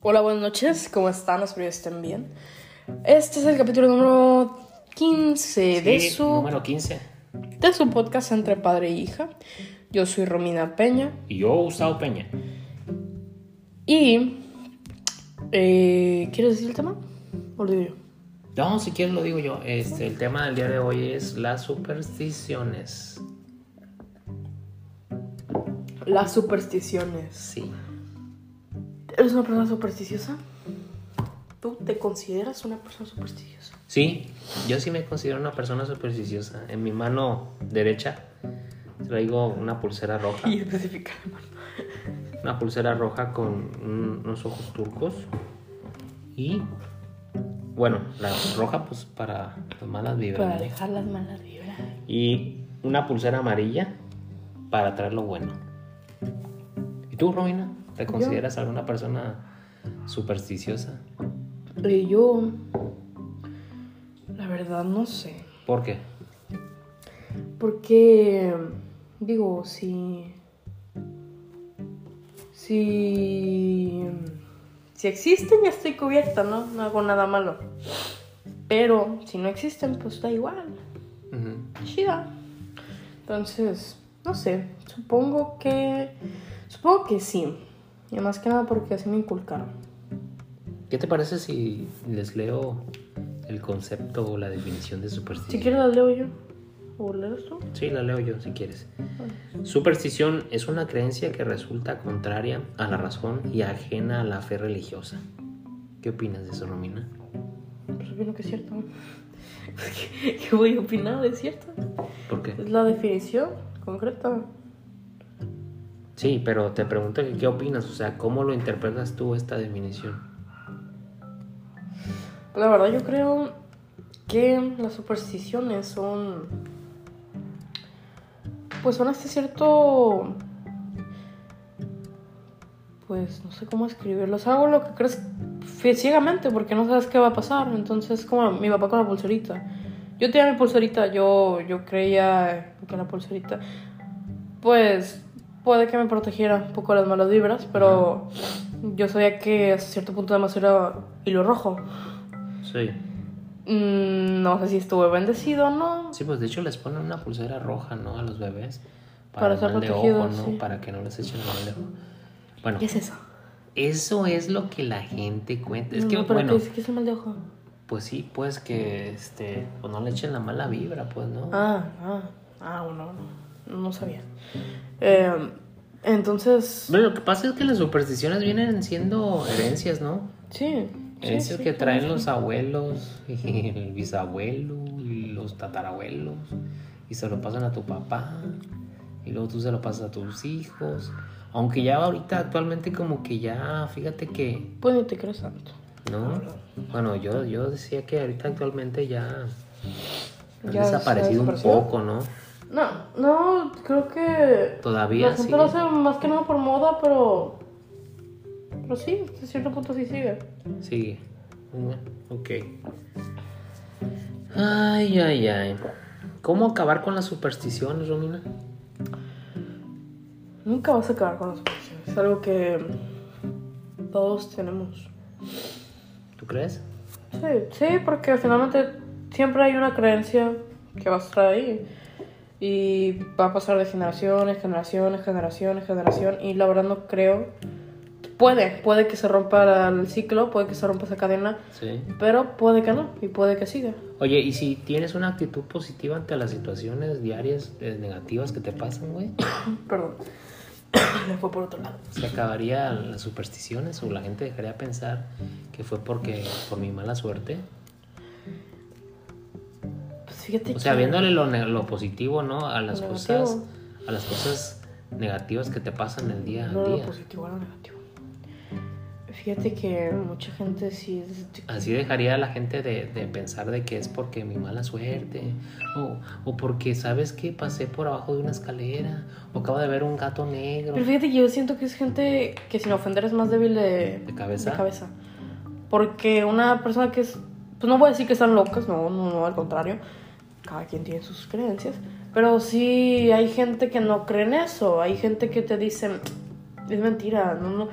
Hola, buenas noches, ¿cómo están? Espero que estén bien. Este es el capítulo número 15 de, Sí, su, número 15. de su podcast entre padre e hija. Yo soy Romina Peña Y yo, Gustavo Peña. y... eh, ¿Quieres decir el tema? ¿O lo digo yo? No, si quieres lo digo yo. Este, el tema del día de hoy es las supersticiones. Las supersticiones. Sí. ¿Eres una persona supersticiosa? ¿Tú te consideras una persona supersticiosa? Sí, yo sí me considero una persona supersticiosa. En mi mano derecha traigo una pulsera roja. Y específica, hermano. Una pulsera roja con un- unos ojos turcos. Y bueno, la roja pues para las malas Para vibras. ¿no? alejar las malas vibras. Y una pulsera amarilla para traer lo bueno. ¿Y tú, Romina? ¿Te consideras alguna persona supersticiosa? Eh, yo... La verdad no sé. ¿Por qué? Porque, digo, si. Si. Si existen, ya estoy cubierta, ¿no? No hago nada malo. Pero si no existen, pues da igual. Chida. Entonces, no sé. Supongo que. Supongo que sí. Y más que nada porque así me inculcaron. ¿Qué te parece si les leo el concepto o la definición de Si superstición? quieres, las leo yo. ¿O lees tú? Sí, la leo yo si quieres. Superstición es una creencia que resulta contraria a la razón y ajena a la fe religiosa. ¿Qué opinas de eso, Romina? Pues opino que es cierto. ¿Qué, qué voy a opinar? ¿Es cierto? ¿Por qué? Es la definición concreta. Sí, pero te pregunto que qué opinas, o sea, ¿cómo lo interpretas tú esta definición? La verdad yo creo que las supersticiones son... Pues son hasta cierto... Pues no sé cómo escribirlos. Hago lo que crees fie- ciegamente porque no sabes qué va a pasar. Entonces como mi papá con la pulserita. Yo tenía mi pulserita, yo, yo creía que la pulserita... Pues puede que me protegiera un poco de las malas vibras, pero yo sabía que hasta cierto punto además era hilo rojo. Sí. Mm, No sé si estuve bendecido o no. Sí, pues de hecho les ponen una pulsera roja, ¿no? A los bebés. Para Para, el estar mal de protegidos, ojo, ¿no? sí. Para que no les echen mal de ojo. Bueno, ¿Qué es eso? eso es lo que la gente cuenta. Es No, que, no, pero bueno, ¿qué es, qué es el mal de ojo? pues sí, pues que, este, pues no le echen la mala vibra, pues, ¿no? Ah, ah, ah, bueno, no, no sabía. Eh, entonces, Pero lo que pasa es que las supersticiones vienen siendo herencias, ¿no? sí. sí, Herencias sí, que claro. traen los abuelos, y el bisabuelo, y los tatarabuelos, y se lo pasan a tu papá, y luego tú se lo pasas a tus hijos. Aunque ya ahorita actualmente como que ya, fíjate que, Pues ni te crees tanto. ¿no? Bueno, yo, yo decía que ahorita actualmente ya han Ya se desaparecido un desapareció. poco, ¿no? No, no, creo que... Todavía La sí. gente lo hace más que nada por moda, pero... Pero sí, hasta cierto punto sí sigue. Sigue. Una, Ok. Ay, ay, ay. ¿Cómo acabar con las supersticiones, Romina? Nunca vas a acabar con las cosas. Es algo que todos tenemos. ¿Tú crees? Sí, sí, porque finalmente siempre hay una creencia que va a estar ahí. Y va a pasar de generaciones, generaciones, generaciones, generación. Y la verdad no creo. Puede, puede que se rompa el ciclo, puede que se rompa esa cadena, Sí. pero puede que no, y puede que siga. Oye, y si tienes una actitud positiva ante las situaciones diarias eh, negativas que te pasan, güey, Perdón. Me fue por otro lado. ¿se acabarían las supersticiones o la gente dejaría de pensar que fue porque por mi mala suerte? Pues fíjate O sea, que- viéndole lo, ne- lo positivo, ¿no? A las Negativo. cosas a las cosas negativas que te pasan el día No pues, a lo día. positivo, a lo negativo. Fíjate que mucha gente sí es- Así dejaría a la gente de, de pensar de que es porque mi mala suerte, o, o porque, ¿sabes qué? Pasé por abajo de una escalera, o acabo de ver un gato negro. Pero fíjate que yo siento que es gente que sin ofender es más débil de, ¿De cabeza? de cabeza. Porque una persona que es... Pues no voy a decir que están locas, no, no, no, al contrario. Cada quien tiene sus creencias. Pero sí hay gente que no cree en eso. Hay gente que te dice, es mentira, no, no,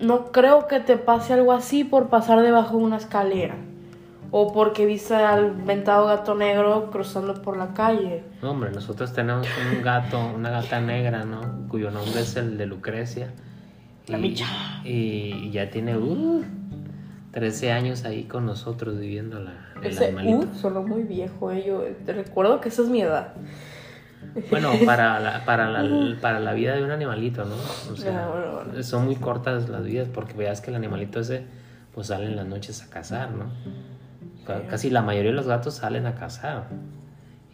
no creo que te pase algo así por pasar debajo de una escalera. O porque viste al ventado gato negro cruzando por la calle. No, hombre, nosotros tenemos un gato, una gata negra, ¿no? Cuyo nombre es el de Lucrecia. La Y- micha. Y ya tiene uh, 13 años ahí con nosotros viviendo la, el Ese animalito. uh, sonó muy viejo, eh. Yo te recuerdo que esa es mi edad. ¿Uh? Bueno, para la, para, la, para la vida de un animalito, ¿no? O sea, Ya, Ah, bueno, bueno. son muy cortas las vidas porque veas que el animalito ese pues sale en las noches a cazar, ¿no? Ca- Casi la mayoría de los gatos salen a cazar.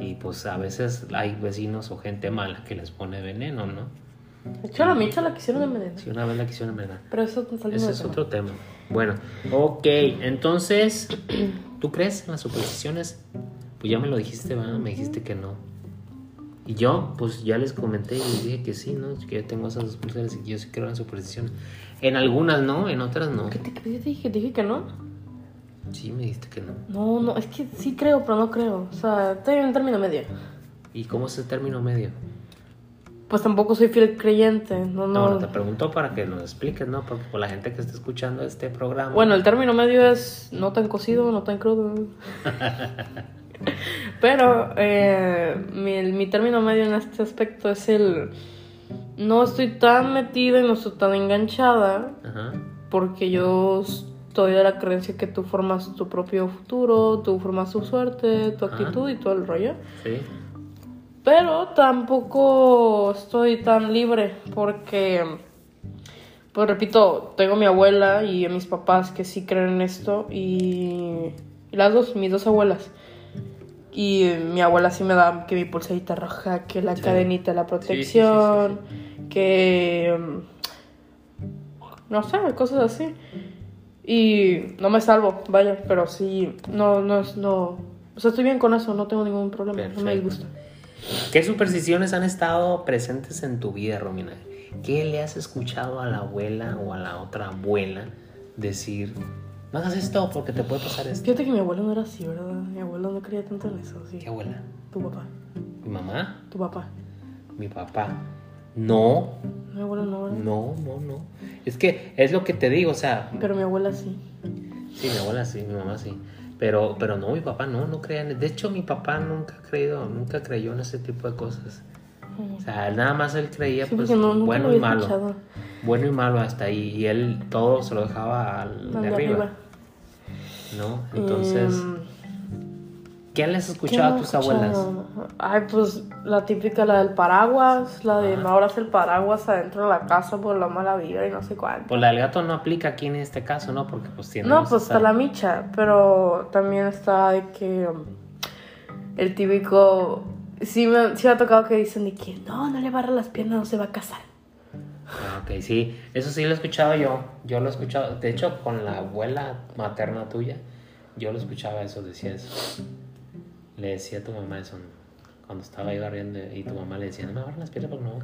Y pues a veces hay vecinos o gente mala que les pone veneno, ¿no? De hecho, la micha la quisieron envenenar. Si una vez la quisieron envenenar. Pero eso te salió Ese de es tema. otro tema. Bueno, ok, entonces, ¿tú crees en las supersticiones? Pues ya me lo dijiste, ¿verdad? me dijiste que no. Y yo, pues ya les comenté y les dije que sí, ¿no? Que yo tengo esas supersticiones y yo sí creo en las supersticiones. En algunas no, en otras no. ¿Qué te, qué te dije? ¿Te dije que no? Sí, me dijiste que no. No, no, es que sí creo, pero no creo. O sea, estoy en término medio. ¿Y cómo es el término medio? Pues tampoco soy fiel creyente. No, No, no. no, te pregunto para que nos expliques, ¿no? Porque por la gente que está escuchando este programa. Bueno, el término medio es no tan cocido, no tan crudo. Pero eh, mi, mi término medio en este aspecto es el no estoy tan metida y no estoy tan enganchada Ajá. porque yo estoy de la creencia que tú formas tu propio futuro, tú formas tu suerte, tu Ah. actitud y todo el rollo. Sí. Pero tampoco estoy tan libre porque, pues repito, tengo a mi abuela y a mis papás que sí creen en esto y, y las dos, mis dos abuelas. Y eh, mi abuela sí me da que mi pulserita roja, que la Sí. cadenita, la protección, que... mm, No sé, cosas así. Y no me salvo, vaya, pero sí, no, no es, no... O sea, estoy bien con eso, no tengo ningún problema, no me Perfecto. disgusta. ¿Qué supersticiones han estado presentes en tu vida, Romina? ¿Qué le has escuchado a la abuela o a la otra abuela decir, no hagas esto porque te puede pasar esto? Fíjate que mi abuelo no era así, ¿verdad? Mi abuelo no creía tanto en eso, sí. ¿Qué abuela? Tu papá, ¿Mi mamá? tu papá. ¿Mi papá? No, Mi abuelo no, ¿verdad? no, no, no. Es que es lo que te digo, o sea, Pero mi abuela sí. sí, mi abuela sí, mi mamá sí. Pero, pero no, mi papá no, no crean. De hecho, mi papá nunca ha creído, nunca creyó en ese tipo de cosas. O sea, nada más él creía, Sí, pues, porque no, nunca bueno lo y había malo. escuchado. bueno y malo hasta ahí y él todo se lo dejaba al de Al de arriba, arriba. no entonces Em, ¿qué les ¿qué escuchaba a no he tus escuchado? abuelas Ay, pues la típica, la del paraguas, la de Ajá. no abras el paraguas adentro de la casa por la mala vida y no sé cuánto. pues la del gato no aplica aquí en este caso no porque pues tiene No, pues está la micha, pero también está de que um, el típico. Sí me, sí me ha tocado que dicen de que no, no le barra las piernas, no se va a casar. Ah, ok sí eso sí lo he escuchado yo yo lo he escuchado de hecho con la abuela materna tuya yo lo escuchaba eso decía eso le decía a tu mamá eso ¿no? cuando estaba ahí barriendo y tu mamá le decía no me abran las piernas porque no voy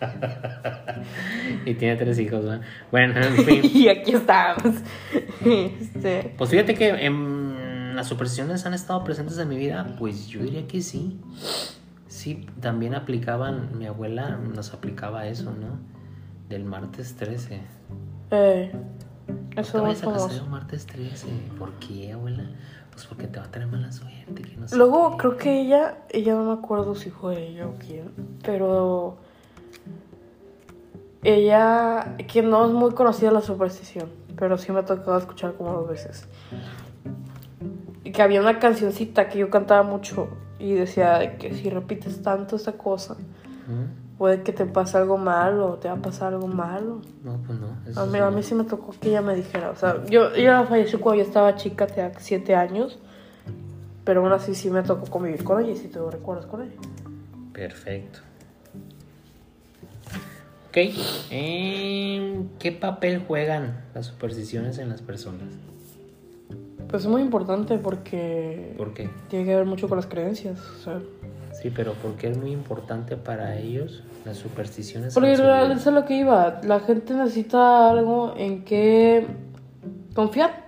a casar y tiene tres hijos ¿no? bueno en fin y aquí estamos. este, Pues fíjate que em, las supersticiones han estado presentes en mi vida, pues yo diría que sí. Sí, también aplicaban, mi abuela nos aplicaba eso, ¿no? Del martes 13. eh, No te eso es vayas a casar famoso. el martes 13. ¿Por qué, abuela? Pues porque te va a traer mala suerte. Que no sé Luego qué. creo que ella, ella no me acuerdo si fue ella o quién, pero ella, que no es muy conocida la superstición, pero sí me ha tocado escuchar como dos veces. Y que había una cancioncita que yo cantaba mucho y decía de que si repites tanto esta cosa, ¿Mm? puede que te pase algo malo, te va a pasar algo malo. No, pues no. eso A es mí, a no. mí sí me tocó que ella me dijera, o sea, yo ella falleció cuando yo estaba chica, tenía 7 años, pero aún así sí me tocó convivir con ella y sí tengo recuerdos con ella. Perfecto. Ok. em, ¿Qué papel juegan las supersticiones en las personas? Pues es muy importante porque ¿Por qué? tiene que ver mucho con las creencias, o sea, Sí, pero porque es muy importante para ellos las supersticiones. porque en su real, vida. eso es lo que iba, la gente necesita algo en que confiar.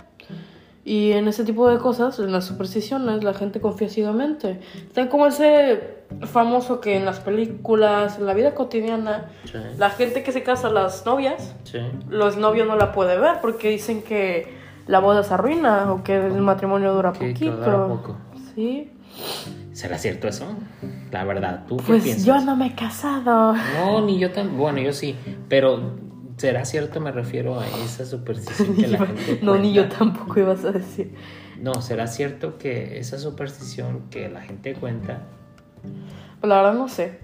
Y en ese tipo de cosas, en las supersticiones, la gente confía ciegamente. Están como ese famoso que en las películas, en la vida cotidiana, Sí. la gente que se casa, las novias, Sí. los novios no la puede ver porque dicen que la boda se arruina o que el matrimonio dura Que- que poquito. dura poco. Sí. ¿Será cierto eso? La verdad, ¿tú qué Pues piensas? yo no me he casado. No, ni yo tan. Bueno, yo sí. Pero, ¿será cierto? Me refiero a esa superstición que la gente. no, ni yo cuenta? tampoco ibas a decir. No, ¿será cierto que esa superstición que la gente cuenta? La verdad no sé.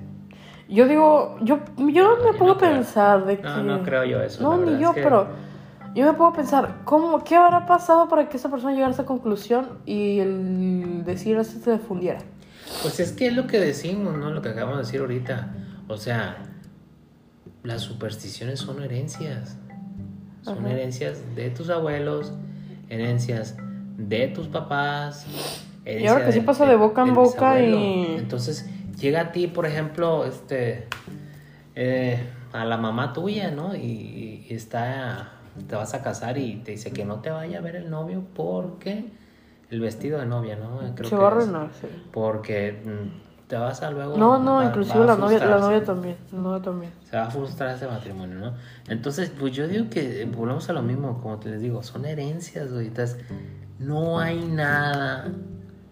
Yo digo, yo, yo me no puedo creo. pensar de que... No, no creo yo eso. No, la ni verdad yo, es que- pero yo me puedo pensar, ¿cómo, ¿qué habrá pasado para que esa persona llegara a esa conclusión y el decir así se difundiera? Pues es que es lo que decimos, ¿no? Lo que acabamos de decir ahorita. O sea, las supersticiones son herencias. Son Ajá. herencias de tus abuelos, herencias de tus papás. Y ahora herencia que sí del- pasa de del- boca en del boca bisabuelo. y- Entonces, llega a ti, por ejemplo, este... eh, a la mamá tuya, ¿no? Y, y está... Te vas a casar y te dice que no te vaya a ver el novio porque... El vestido de novia, ¿no? Creo se que va a es- arruinar, sí. porque mm, te vas a luego. No, no, va- inclusive va a la novia, la frustrarse. novia también, la novia también. Se va a frustrar ese matrimonio, ¿no? Entonces, pues yo digo que volvemos a lo mismo, como te les digo, son herencias, güey. Entonces, no hay nada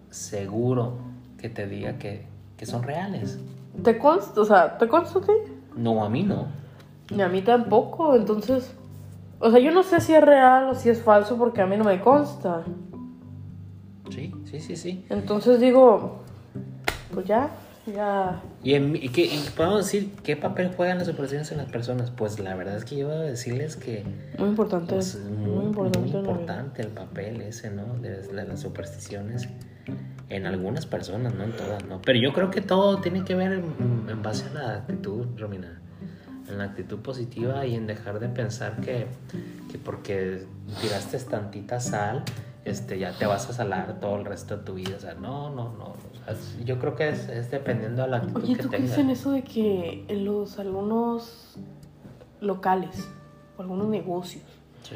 seguro que te diga que, que son reales. ¿Te consta, o sea, te consta a ti? No, a mí no. Ni a mí tampoco, entonces... O sea, yo no sé si es real o si es falso porque a mí no me consta. Sí, sí, sí, sí. Entonces digo, pues ya, ya... ¿Y, en mi- y qué- y podemos decir qué papel juegan las operaciones en las personas? Pues la verdad es que yo voy a decirles que. Muy importante, Pues, es muy, importante. muy en la vida. importante el papel ese, ¿no? De las, de las supersticiones en algunas personas, no en todas, ¿no? Pero yo creo que todo tiene que ver en, en base a la actitud, Romina. En la actitud positiva y en dejar de pensar que, que porque tiraste tantita sal, este, ya te vas a salar todo el resto de tu vida. O sea, no, no, no. O sea, es- yo creo que es, es dependiendo de la actitud Oye, que ¿tú tengas. crees en eso de que en los algunos locales o algunos negocios Sí.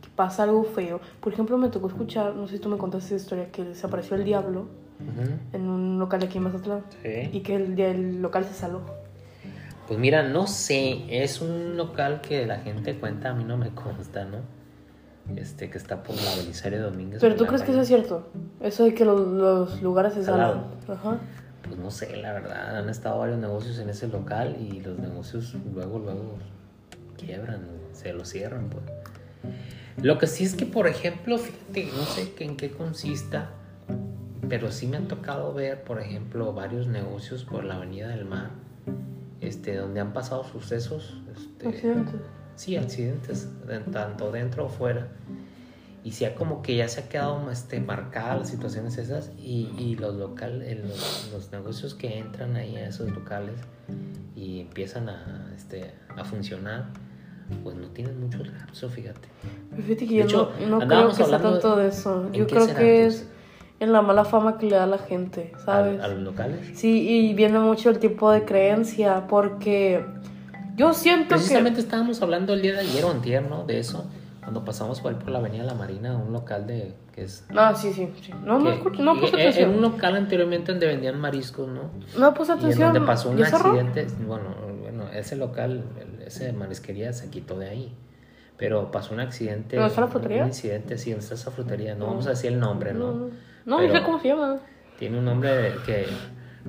que pasa algo feo? Por ejemplo, me tocó escuchar, no sé si tú me contaste esa historia, que desapareció el diablo Ujú. en un local aquí en Mazatlán Sí. y que el, el local se saló. Pues mira, no sé, es un local que la gente cuenta, a mí no me consta, ¿no? Este que está por la Belisario Domínguez. Pero por ¿tú la crees que eso calle. es cierto? Eso de que los, los lugares se Salado. salen. Ajá. Pues no sé, la verdad, han estado varios negocios en ese local y los negocios luego, luego quiebran, güey, se los cierran, pues. Lo que sí es que, por ejemplo, fíjate, no sé que- en qué consista, pero sí me han tocado ver, por ejemplo, varios negocios por la Avenida del Mar, este, donde han pasado sucesos, este, Accidentes. Sí, accidentes, de- tanto dentro o fuera. Y sea como que ya se ha quedado este, marcada las situaciones esas y, y los, local, el- los, los negocios que entran ahí a esos locales y empiezan a, este, a funcionar, pues no tienen mucho lapso, fíjate. Pues Fíjate que De yo hecho, no, no creo andábamos que sea hablando de- tanto de eso. ¿en Yo qué creo será, que pues? es en la mala fama que le da la gente, A, ¿sabes? a los locales. Sí, y viene mucho el tipo de creencia, porque yo siento que... Precisamente estábamos hablando el día de ayer o antier, ¿no? De eso, cuando pasamos por ahí por la Avenida La Marina, un local de que es... Ah, sí, sí, sí. No, no, que- escuché- no que puse e- era un atención. local anteriormente donde vendían mariscos, ¿no? No puse Y en atención. donde pasó un ¿Ya cerró? accidente, bueno, bueno, ese local, el- ese marisquería se quitó de ahí. Pero pasó un accidente. ¿Dónde está la un- frutería? Un incidente, sí, donde está esa frutería. No No. vamos a decir el nombre, ¿no? No, no, no Pero- ni sé cómo se llama. Tiene un nombre de- que,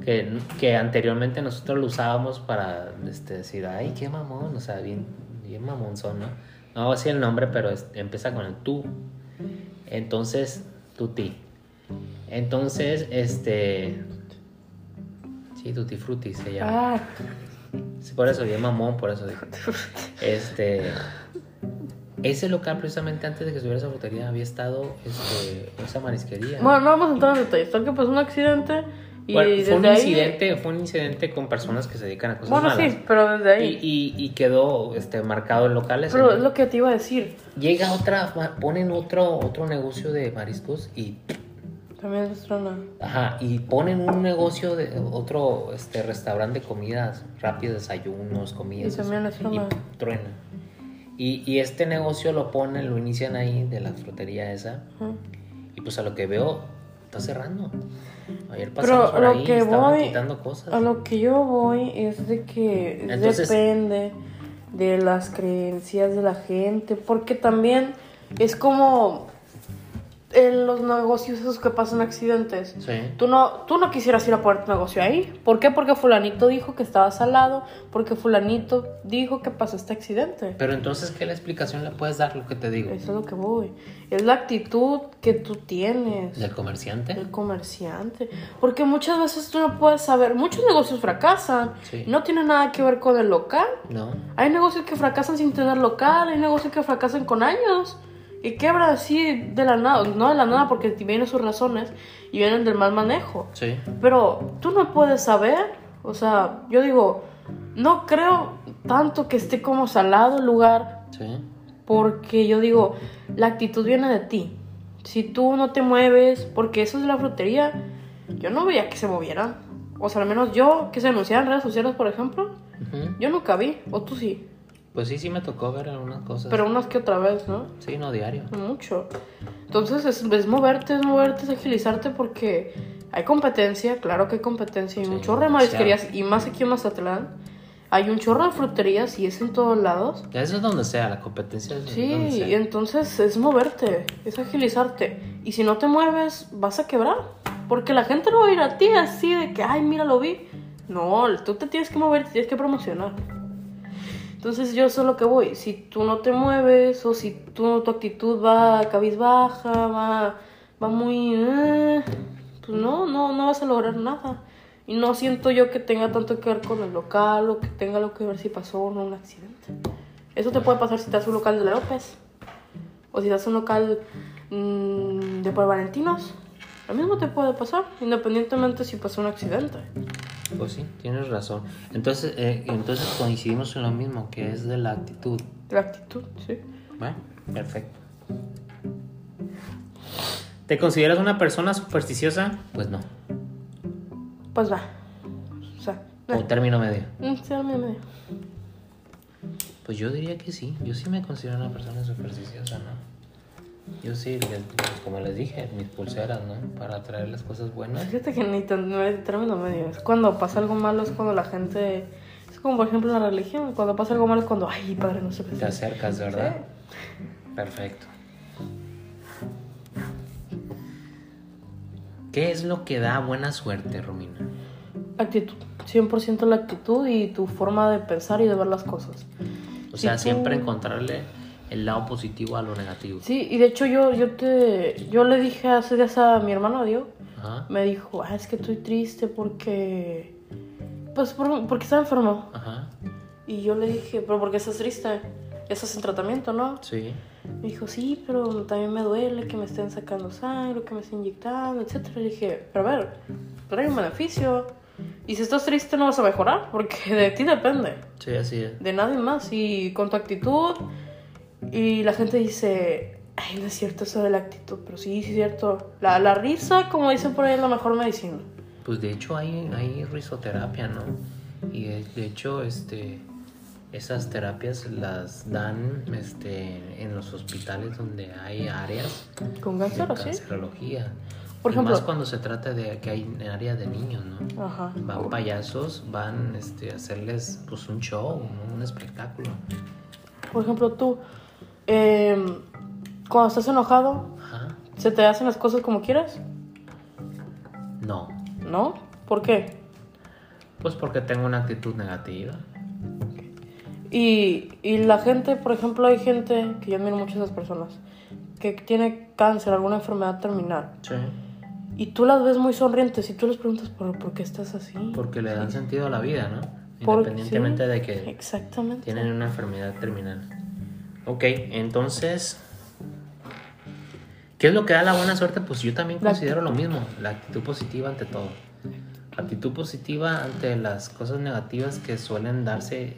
que, que anteriormente nosotros lo usábamos para este, decir, ay, qué mamón, o sea, bien, bien mamonzón, ¿no? No voy a decir el nombre, pero es- empieza con el tú. Entonces, tuti. Entonces, este. Sí, tutti frutti se llama. Ah, Sí, por eso, bien mamón, por eso dije. Este. Ese local, precisamente antes de que subiera esa frutería, había estado este, esa marisquería. bueno, no vamos a entrar en detalles. Tal que pasó un accidente y Bueno, desde fue un ahí... incidente, fue un incidente con personas que se dedican a cosas Bueno, malas. sí, pero desde ahí. Y, y- y quedó este, marcado en locales. Pero es lo que te iba a decir. Llega otra, ma- ponen otro, otro negocio de mariscos y, También es estrona. ajá, y ponen un negocio de otro este, restaurante de comidas rápidas, desayunos, Y comidas. también es y estrona. pum, truena. Y, y este negocio lo ponen, lo inician ahí de la frutería esa. Ajá. Y pues a lo que veo, está cerrando. Ayer Pero pasamos por lo ahí, que estaban voy- quitando cosas. A lo que yo voy es de que Entonces- depende de las creencias de la gente, porque también es como en los negocios esos que pasan accidentes. Sí. Tú no, tú no quisieras ir a poner tu negocio ahí. ¿Por qué? Porque fulanito dijo que estabas al lado, porque fulanito dijo que pasó este accidente. Pero entonces, ¿qué la explicación le puedes dar lo que te digo? Eso es lo que voy. Es la actitud que tú tienes. ¿Del comerciante? El comerciante. Porque muchas veces tú no puedes saber. Muchos negocios fracasan. Sí. No tiene nada que ver con el local. No. Hay negocios que fracasan sin tener local. Hay negocios que fracasan con años. Y quebran así de la nada. No de la nada porque vienen sus razones y vienen del mal manejo. Sí. Pero tú no puedes saber. O sea, yo digo, no creo tanto que esté como salado el lugar Sí. porque yo digo, la actitud viene de ti. Si tú no te mueves, porque eso es la frutería, yo no veía que se movieran. O sea, al menos yo, que se anunciaba en redes sociales, por ejemplo, Ujú. yo nunca vi, o tú sí, Pues sí, sí me tocó ver algunas cosas. pero unas que otra vez, ¿no? Sí, no diario. No Mucho. Entonces es, es moverte, es moverte, es agilizarte porque hay competencia, claro que hay competencia, hay un Sí, chorro de marisquerías demasiado. y más aquí en Mazatlán. Hay un chorro de fruterías y es en todos lados. Eso es donde sea, la competencia es donde Sí, sea. y entonces es moverte, es agilizarte. Y si no te mueves, vas a quebrar. Porque la gente no va a ir a ti así de que, ay, mira, lo vi. No, tú te tienes que mover, te tienes que promocionar. Entonces yo sé lo que voy. Si tú no te mueves o si tú, tu actitud va cabizbaja, va, va muy... eh, pues no, no, no vas a lograr nada. Y no siento yo que tenga tanto que ver con el local o que tenga lo que ver si pasó o no un accidente. Eso te puede pasar si estás en un local de la López. O si estás en un local mm, de por Valentinos. Lo mismo te puede pasar, independientemente si pasó un accidente. Pues sí, tienes razón. Entonces, eh, entonces coincidimos en lo mismo, que es de la actitud. La actitud, sí. Bueno, perfecto. ¿Te consideras una persona supersticiosa? Pues no. Pues va. O sea, O término medio. mm, sí, a mí me- Pues yo diría que sí. Yo sí me considero una persona supersticiosa, ¿no? Yo sí, les- pues como les dije, mis pulseras, ¿no? Para traer las cosas buenas. Fíjate que ni tan, no es término medio. Es cuando pasa algo malo, es cuando la gente. Es como por ejemplo en la religión. Cuando pasa algo malo es cuando, ay, padre, no sé qué Te hacer". acercas, ¿verdad? Perfecto. ¿Qué es lo que da buena suerte, Romina? Actitud. 100% la actitud y tu forma de pensar y de ver las cosas. O sea, Sí, siempre encontrarle el lado positivo a lo negativo. Sí, y de hecho yo, yo te yo le dije hace días a mi hermano, Diego, Ajá. me dijo, ah, es que estoy triste porque, pues por- porque está enfermo. Ajá. Y yo le dije, pero ¿por qué estás triste? Estás en tratamiento, ¿no? Sí. Me dijo, sí, pero también me duele que me estén sacando sangre, que me estén inyectando, etc. Le dije, pero a ver, trae un beneficio. Y si estás triste no vas a mejorar, porque de ti depende Sí, así es. de nadie más y con tu actitud. Y la gente dice, ay, no es cierto eso de la actitud, pero sí, sí es cierto. La, la risa, como dicen por ahí, es la mejor medicina. Pues de hecho hay, hay risoterapia, ¿no? Y de, de hecho, este, esas terapias las dan este, en los hospitales donde hay áreas Con de cáncer, ¿o ¿sí? cancerología. Por Y ejemplo- más cuando se trata de que hay en área de niños, ¿no? Ajá. Van payasos, van este, a hacerles pues un show, ¿no? un espectáculo. Por ejemplo, tú, em, cuando estás enojado, Ajá. ¿se te hacen las cosas como quieras? No. ¿No? ¿Por qué? Pues porque tengo una actitud negativa. Y, y la gente, por ejemplo, hay gente, que yo admiro mucho a esas personas, que tiene cáncer, alguna enfermedad terminal. Sí. Y tú las ves muy sonrientes y tú les preguntas, ¿pero por qué estás así? Porque le dan sentido a la vida, ¿no? Por- Independientemente sí, de que Exactamente. tienen una enfermedad terminal. Ok, entonces. ¿Qué es lo que da la buena suerte? Pues yo también La considero lo mismo, la actitud positiva ante todo. Actitud positiva ante las cosas negativas que suelen darse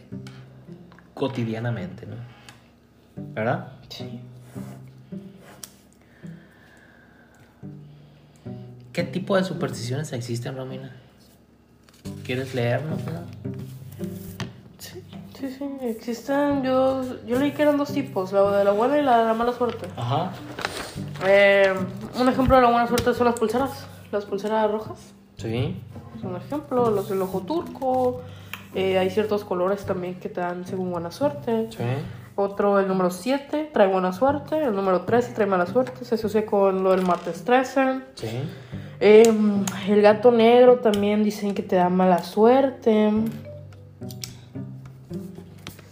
cotidianamente, ¿no? ¿Verdad? Sí. ¿Qué tipo de supersticiones existen, Romina? ¿Quieres leernos? una? sí, sí, sí. Existen, yo, yo leí que eran dos tipos, la de la buena y la de la mala suerte. Ajá. Eh, Un ejemplo de la buena suerte son las pulseras. Las pulseras rojas Sí. son un ejemplo. Los del ojo turco. eh, hay ciertos colores también que te dan según buena suerte. Sí. Otro, el número 7, trae buena suerte. El número 13, trae mala suerte. Se asocia con lo del martes 13. Sí. Em, el gato negro también dicen que te da mala suerte.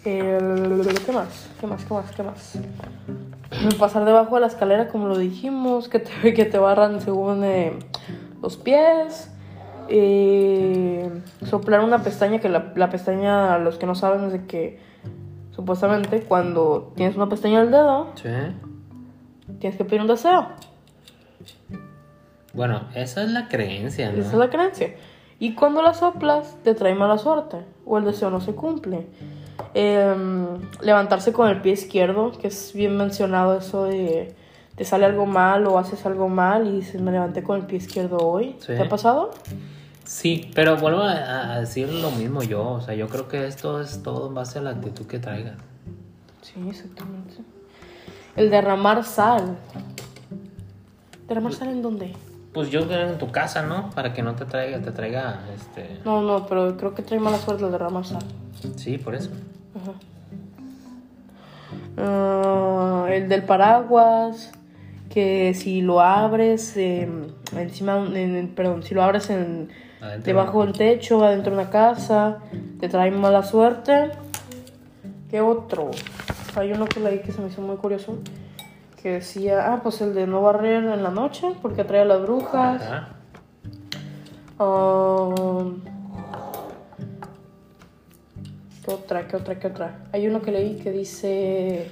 El- ¿Qué más? ¿Qué más? ¿Qué más? ¿Qué más? El pasar debajo de la escalera, como lo dijimos, que te, que te barran según eh, los pies. Eh, soplar una pestaña, que la, la pestaña, los que no saben, es de que supuestamente cuando tienes una pestaña al dedo, Sí. tienes que pedir un deseo. Bueno, esa es la creencia, ¿no? Esa es la creencia. Y cuando la soplas, te trae mala suerte o el deseo no se cumple. Em, levantarse con el pie izquierdo, que es bien mencionado eso de te sale algo mal o haces algo mal y dices, me levanté con el pie izquierdo hoy. Sí. ¿Te ha pasado? Sí, pero vuelvo a, a decir lo mismo yo. O sea, yo creo que esto es todo en base a la actitud que traigas. Sí, exactamente. El derramar sal. ¿Derramar sal en dónde? Pues yo creo en tu casa, ¿no? Para que no te traiga, te traiga, este... No, no, pero creo que trae mala suerte el derramar sal. Sí, por eso. Ajá. Ah, el del paraguas, que si lo abres eh, encima, en- en- perdón, si lo abres en, Adentro. debajo del techo, adentro de una casa, te trae mala suerte. ¿Qué otro? Hay uno que leí que se me hizo muy curioso, que decía, ah, pues el de no barrer en la noche, porque atrae a las brujas. Ajá. Um, ¿Qué otra? ¿Qué otra? ¿Qué otra? Hay uno que leí que dice,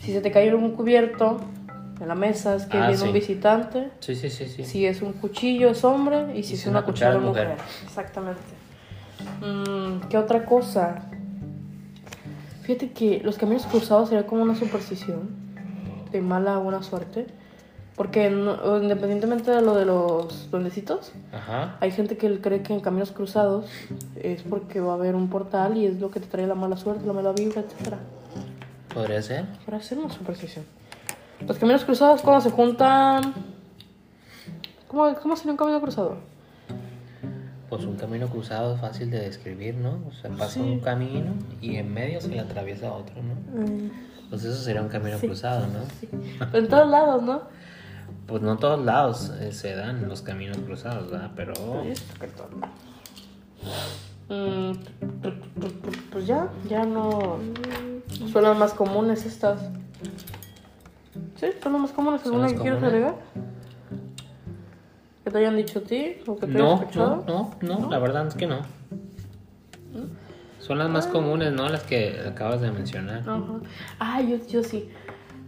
si se te cayó un cubierto en la mesa es que Ah, viene sí. un visitante, Sí, sí, sí, sí. si es un cuchillo es hombre y si es una, cuchara, es mujer. Exactamente. Mm, ¿Qué otra cosa? Fíjate que los caminos cruzados sería como una superstición de mala a buena suerte, porque no- independientemente de lo de los duendecitos, Ajá. hay gente que cree que en caminos cruzados es porque va a haber un portal y es lo que te trae la mala suerte, la mala vibra, etc. ¿Podría ser? Para ser una superstición. Los caminos cruzados cuando se juntan... ¿Cómo, cómo sería un camino cruzado? Pues un camino cruzado es fácil de describir, ¿no? O sea, pasa Sí. un camino y en medio se le atraviesa otro, ¿no? Pues eso sería un camino cruzado, ¿no? Pero en todos lados, ¿no? Pues no en todos lados eh, se dan los caminos cruzados, ¿verdad? Pero... Pues Mm, Pues ya, ya no... Son las más comunes estas. Sí, son las más comunes. Son ¿Alguna las que quieres comunes. agregar? ¿Que te hayan dicho a ti? ¿O que te hayan No, escuchado? no, no, no, la verdad es que no. Son las más comunes, ¿no? Las que acabas de mencionar. Ajá. Ah, yo, yo sí.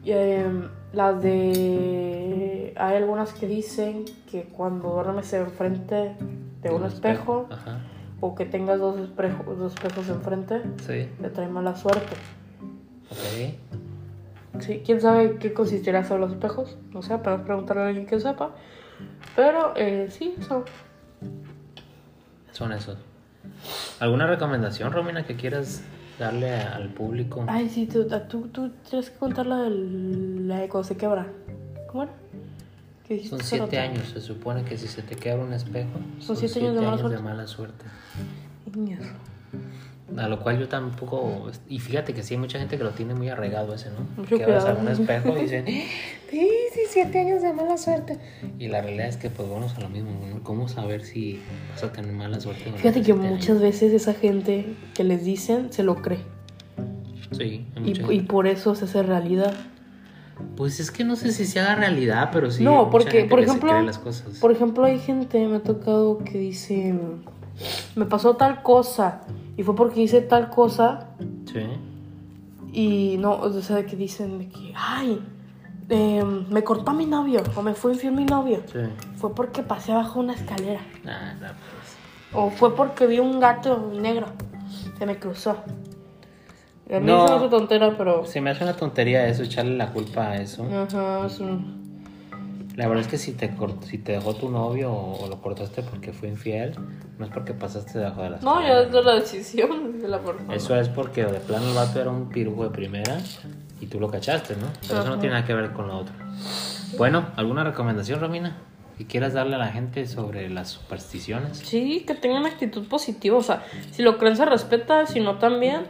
Em, las de. Hay algunas que dicen que cuando duermes enfrente de un espejo Ajá, o que tengas dos, espejo- dos espejos enfrente, sí, te trae mala suerte. ok. Sí, quién sabe qué consistirá eso de los espejos. No sé, para preguntarle a alguien que sepa. Pero eh, sí, eso. Son esos. ¿Alguna recomendación, Romina, que quieras darle a- al público? Ay, sí, tú, ah, tú, tú tienes que contar la, del- la de cuando se quebra. ¿Cómo era? ¿Qué dijiste Son hace siete rato? años, se supone que si se te quebra un espejo, son siete años de mala suerte. mala suerte. Niños. A lo cual yo tampoco. Y fíjate que sí hay mucha gente que lo tiene muy arraigado ese, ¿no? Mucho que vas a cuidado. un espejo y dicen, "Eh, sí, sí, siete años de mala suerte. Y la realidad es que, pues, vamos a lo mismo, ¿no? ¿Cómo saber si vas a tener mala suerte? Este, durante Fíjate que siete años? muchas veces esa gente que les dicen se lo cree. Sí, hay Y, mucha y gente. por eso se hace realidad. Pues es que no sé si se haga realidad, pero sí. hay no, mucha porque, gente por que se ejemplo, cree las cosas. por ejemplo, hay gente, me ha tocado que dice, me pasó tal cosa, y fue porque hice tal cosa, Sí. y no, o sea, que dicen de que, ay, eh, me cortó a mi novio, o me fue infiel mi novio, Sí. fue porque pasé abajo una escalera, Ah, no, pues. o fue porque vi un gato negro, se me cruzó. A mí No. se me hace tontera, pero... pues. Se me hace una tontería eso, echarle la culpa a eso. Ajá, es un... La verdad es que si te, cort- si te dejó tu novio o, o lo cortaste porque fue infiel, no es porque pasaste debajo de las No, ya es de la decisión de la persona. Eso es porque de plano el vato era un pirujo de primera y tú lo cachaste, ¿no? Pero eso no tiene nada que ver con lo otro. Bueno, ¿alguna recomendación, Romina? ¿Que quieras darle a la gente sobre las supersticiones? Sí, que tengan actitud positiva. O sea, si lo creen se respeta, si no también.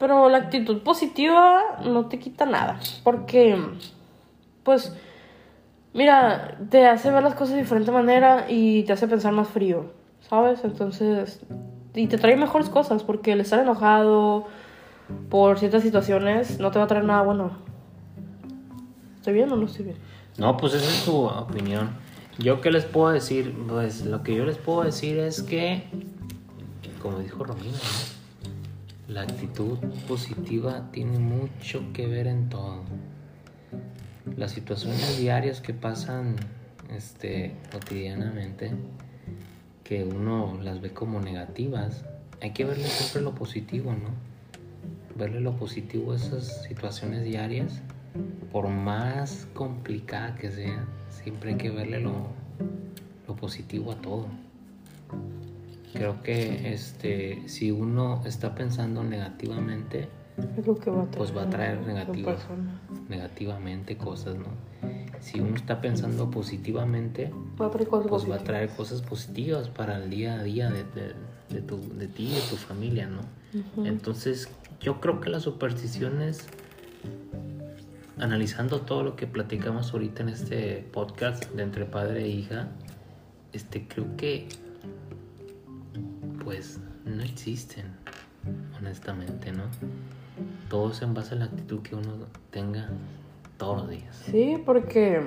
Pero la actitud positiva no te quita nada. Porque, pues, mira, te hace ver las cosas de diferente manera y te hace pensar más frío, ¿sabes? Entonces, y te trae mejores cosas porque el estar enojado por ciertas situaciones no te va a traer nada bueno. ¿Estoy bien o no estoy bien? No, pues esa es tu opinión. Yo qué les puedo decir, pues lo que yo les puedo decir es que, como dijo Romina, ¿no? la actitud positiva tiene mucho que ver en todo. Las situaciones diarias que pasan este, cotidianamente, que uno las ve como negativas, hay que verle siempre lo positivo, ¿no? Verle lo positivo a esas situaciones diarias por más complicada que sea, siempre hay que verle lo, lo positivo a todo. Creo que este, si uno está pensando negativamente, Es lo que va a traer. pues va a traer la negativo- persona. negativamente cosas, ¿no? Si uno está pensando positivamente, Va a traer cosas pues va a positivas. traer cosas positivas para el día a día de, de- de tu- de ti y de tu familia, ¿no? Entonces, yo creo que las supersticiones, analizando todo lo que platicamos ahorita en este podcast de entre padre e hija, este, creo que, pues, no existen, honestamente, ¿no? Todo es en base a la actitud que uno tenga todos los días. Sí, porque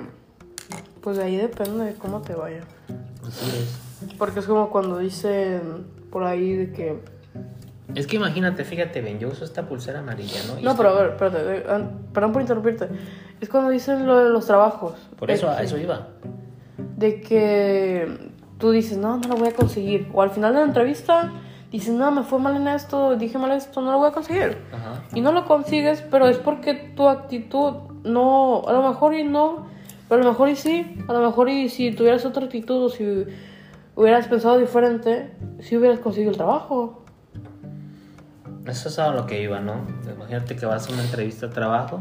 pues de ahí depende de cómo te vaya. Así es. Porque es como cuando dicen por ahí de que... Es que imagínate, fíjate, ven, yo uso esta pulsera amarilla, ¿no? Y No, esta- pero a ver, espérate, eh, ah, perdón por interrumpirte. Es cuando dicen lo de los trabajos. Por De eso, a que- eso iba. De que tú dices, no, no lo voy a conseguir. O al final de la entrevista dices, no, me fue mal en esto, dije mal esto, no lo voy a conseguir. Ajá. Y no lo consigues, pero es porque tu actitud no, a lo mejor y no, pero a lo mejor y sí, a lo mejor y si tuvieras otra actitud o si hubieras pensado diferente, si hubieras conseguido el trabajo. Eso es a lo que iba, ¿no? Imagínate que vas a una entrevista de trabajo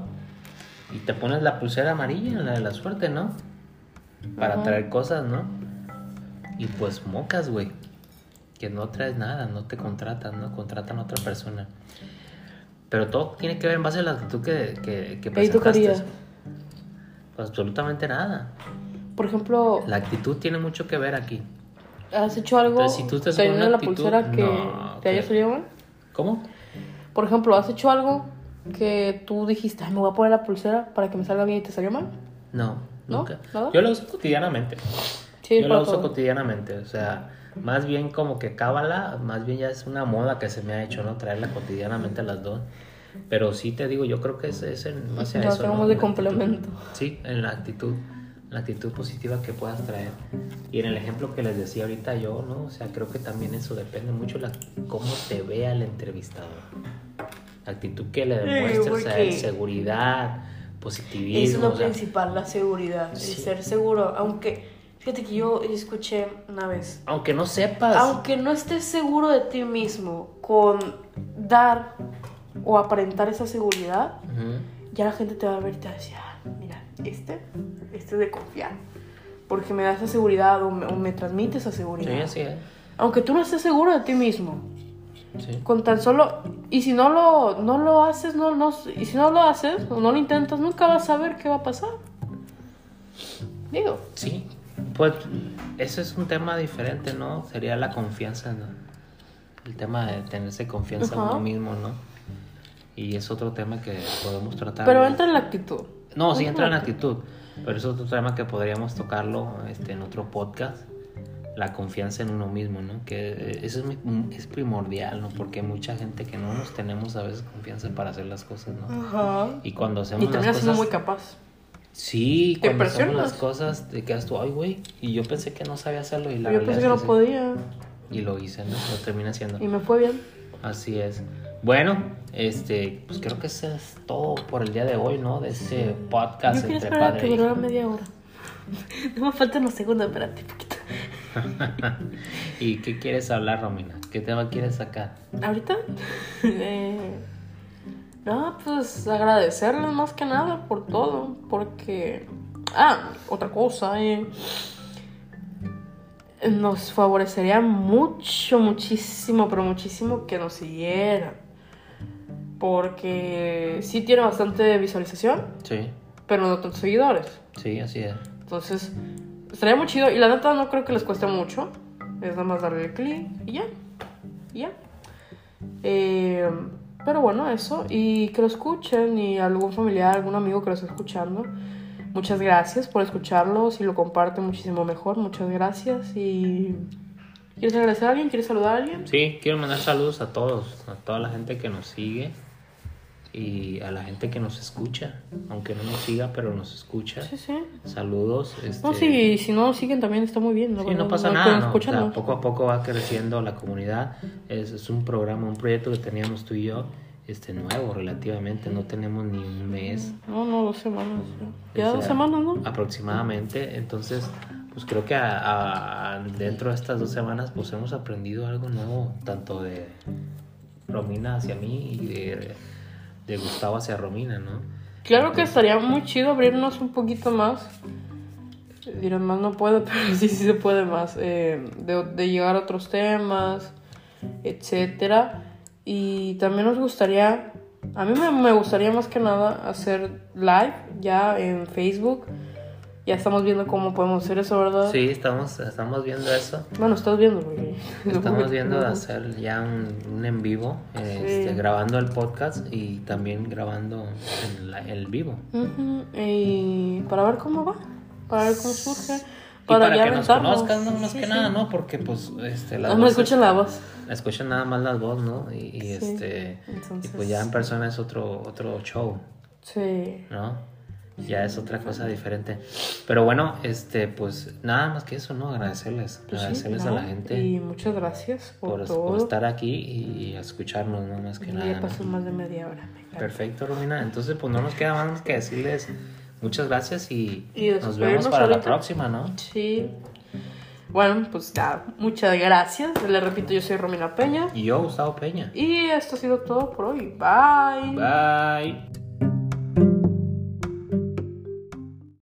y te pones la pulsera amarilla, la de la suerte, ¿no? Para traer cosas, ¿no? Y pues mocas, güey. Que no traes nada, no te contratan, no contratan a otra persona. Pero todo tiene que ver en base a la actitud que, que, que ¿Qué ahí tocaría? presentaste. Pues absolutamente nada. Por ejemplo, La actitud tiene mucho que ver aquí. ¿has hecho algo Entonces, si tú estás te con ayuda la una actitud- pulsera que No, te haya que- salido mal? ¿Cómo? Por ejemplo, ¿has hecho algo que tú dijiste, "Ay, me voy a poner la pulsera para que me salga bien y te salió mal? No, ¿No? nunca. ¿Nada? Yo la uso cotidianamente. Sí, Yo para la uso todo. cotidianamente, o sea, más bien como que cábala, más bien ya es una moda que se me ha hecho, ¿no? Traerla cotidianamente a las dos. Pero sí te digo, yo creo que es, es en base a Nos eso. ¿no? hacemos de En la actitud. complemento. Sí, en la actitud, la actitud positiva que puedas traer. Y en el ejemplo que les decía ahorita yo, ¿no? O sea, creo que también eso depende mucho la, cómo te vea el entrevistador. La actitud que le demuestres a él, porque- seguridad, positivismo. o sea, principal, la seguridad, Sí. ser seguro. Aunque, fíjate que yo escuché una vez, aunque no sepas. aunque no estés seguro de ti mismo con dar o aparentar esa seguridad, Ujú. ya la gente te va a ver y te va a decir, "Ah, mira, este, este es de confiar. Porque me da esa seguridad o me, o me transmite esa Sí, seguridad. así es. Aunque tú no estés seguro de ti mismo, Sí. con tan solo... Y si no lo, no lo haces, no, no, y si no lo haces o no lo intentas, nunca vas a saber qué va a pasar. Digo, Sí, pues eso es un tema diferente, ¿no? Sería la confianza, ¿no? El tema de tenerse confianza en Ajá. uno mismo, ¿no? Y es otro tema que podemos tratar. pero entra en la actitud. No, sí entra entra en la- actitud, pero es otro tema que podríamos tocarlo este, en otro podcast. La confianza en uno mismo, ¿no? Que eh, eso es, muy- es primordial, ¿no? Porque hay mucha gente que no nos tenemos a veces confianza para hacer las cosas, ¿no? Ajá. Y cuando hacemos Y las terminas siendo cosas- muy capaz. Sí, Te cuando hacemos presionas. las cosas te quedas tú, ay, güey. Y yo pensé que no sabía hacerlo y la Yo realidad pensé es que no sí. podía Y lo hice, ¿no? Lo terminé haciendo. y me fue bien. Así es. Bueno, este, pues creo que eso es todo por el día de hoy, ¿no? De este Yo podcast quería entre esperar a que padre e durara hija. media hora. No me faltan los segundos, espérate poquito. ¿Y qué quieres hablar, Romina? ¿Qué tema quieres sacar? ¿Ahorita? Eh, no, pues agradecerles más que nada por todo, porque Ah, otra cosa, eh. Nos favorecería mucho, muchísimo, pero muchísimo que nos siguieran. Porque sí tiene bastante visualización, Sí, pero no tantos seguidores. sí, así es. Entonces, pues, estaría muy chido. Y la neta no creo que les cueste mucho. Es nada más darle clic y ya. Y ya. Eh, pero bueno, eso. Y que lo escuchen. Y algún familiar, algún amigo que lo esté escuchando. Muchas gracias por escucharlo. Si lo comparten muchísimo mejor. Muchas gracias. Y. ¿Quieres agradecer a alguien? ¿Quieres saludar a alguien? Sí, quiero mandar saludos a todos, a toda la gente que nos sigue y a la gente que nos escucha, aunque no nos siga, pero nos escucha. Sí, sí. Saludos. Este, No, sí, si no siguen también está muy bien. la sí, verdad, no pasa hay nada. problema ¿no? O sea, escucharnos. poco a poco va creciendo la comunidad. Es, es un programa, un proyecto que teníamos tú y yo, este nuevo relativamente. No tenemos ni un mes. No, no, dos semanas. Ya, Ya O dos sea, semanas, ¿no? Aproximadamente. Entonces, pues creo que a- a- dentro de estas dos semanas, pues hemos aprendido algo nuevo, tanto de Romina hacia mí y de, de Gustavo hacia Romina, ¿no? Claro que estaría muy chido abrirnos un poquito más. Dirán, más no puedo, pero sí, sí se puede más. eh, de, de llegar a otros temas, etcétera. Y también nos gustaría, a mí me, me gustaría más que nada hacer live ya en Facebook. Ya estamos viendo cómo podemos hacer eso, ¿verdad? Sí, estamos, estamos viendo eso. Bueno, estás viendo, porque... Estamos viendo de hacer ya un, un en vivo, este, grabando el podcast y también grabando en la- el vivo. Ujú, Y para ver cómo va, para ver cómo surge. Y para, ya que nos aventarnos. conozcan, ¿no? más Sí, que sí. nada, ¿no? Porque pues este, las Ah, No voces- escuchen la voz. escuchan nada más las voces, ¿no? Y, y, Sí. este y Entonces- pues ya en persona es otro otro show, Sí. ¿no? Ya es otra cosa diferente. Pero bueno, este pues nada más que eso, ¿no? Agradecerles, Pues sí, agradecerles a ¿no? la gente Y muchas gracias por, por, es- todo. por estar aquí y escucharnos, ¿no? Más que Ya nada. ¿no? pasó más de media hora. me encanta. Perfecto, Romina. Entonces, pues no nos queda más que decirles muchas gracias y, Y nos despedirnos vemos para la ahorita. próxima, ¿no? Sí. Bueno, pues nada. Muchas gracias. Le repito, yo soy Romina Peña. Y yo, Gustavo Peña. Y esto ha sido todo por hoy. Bye. Bye.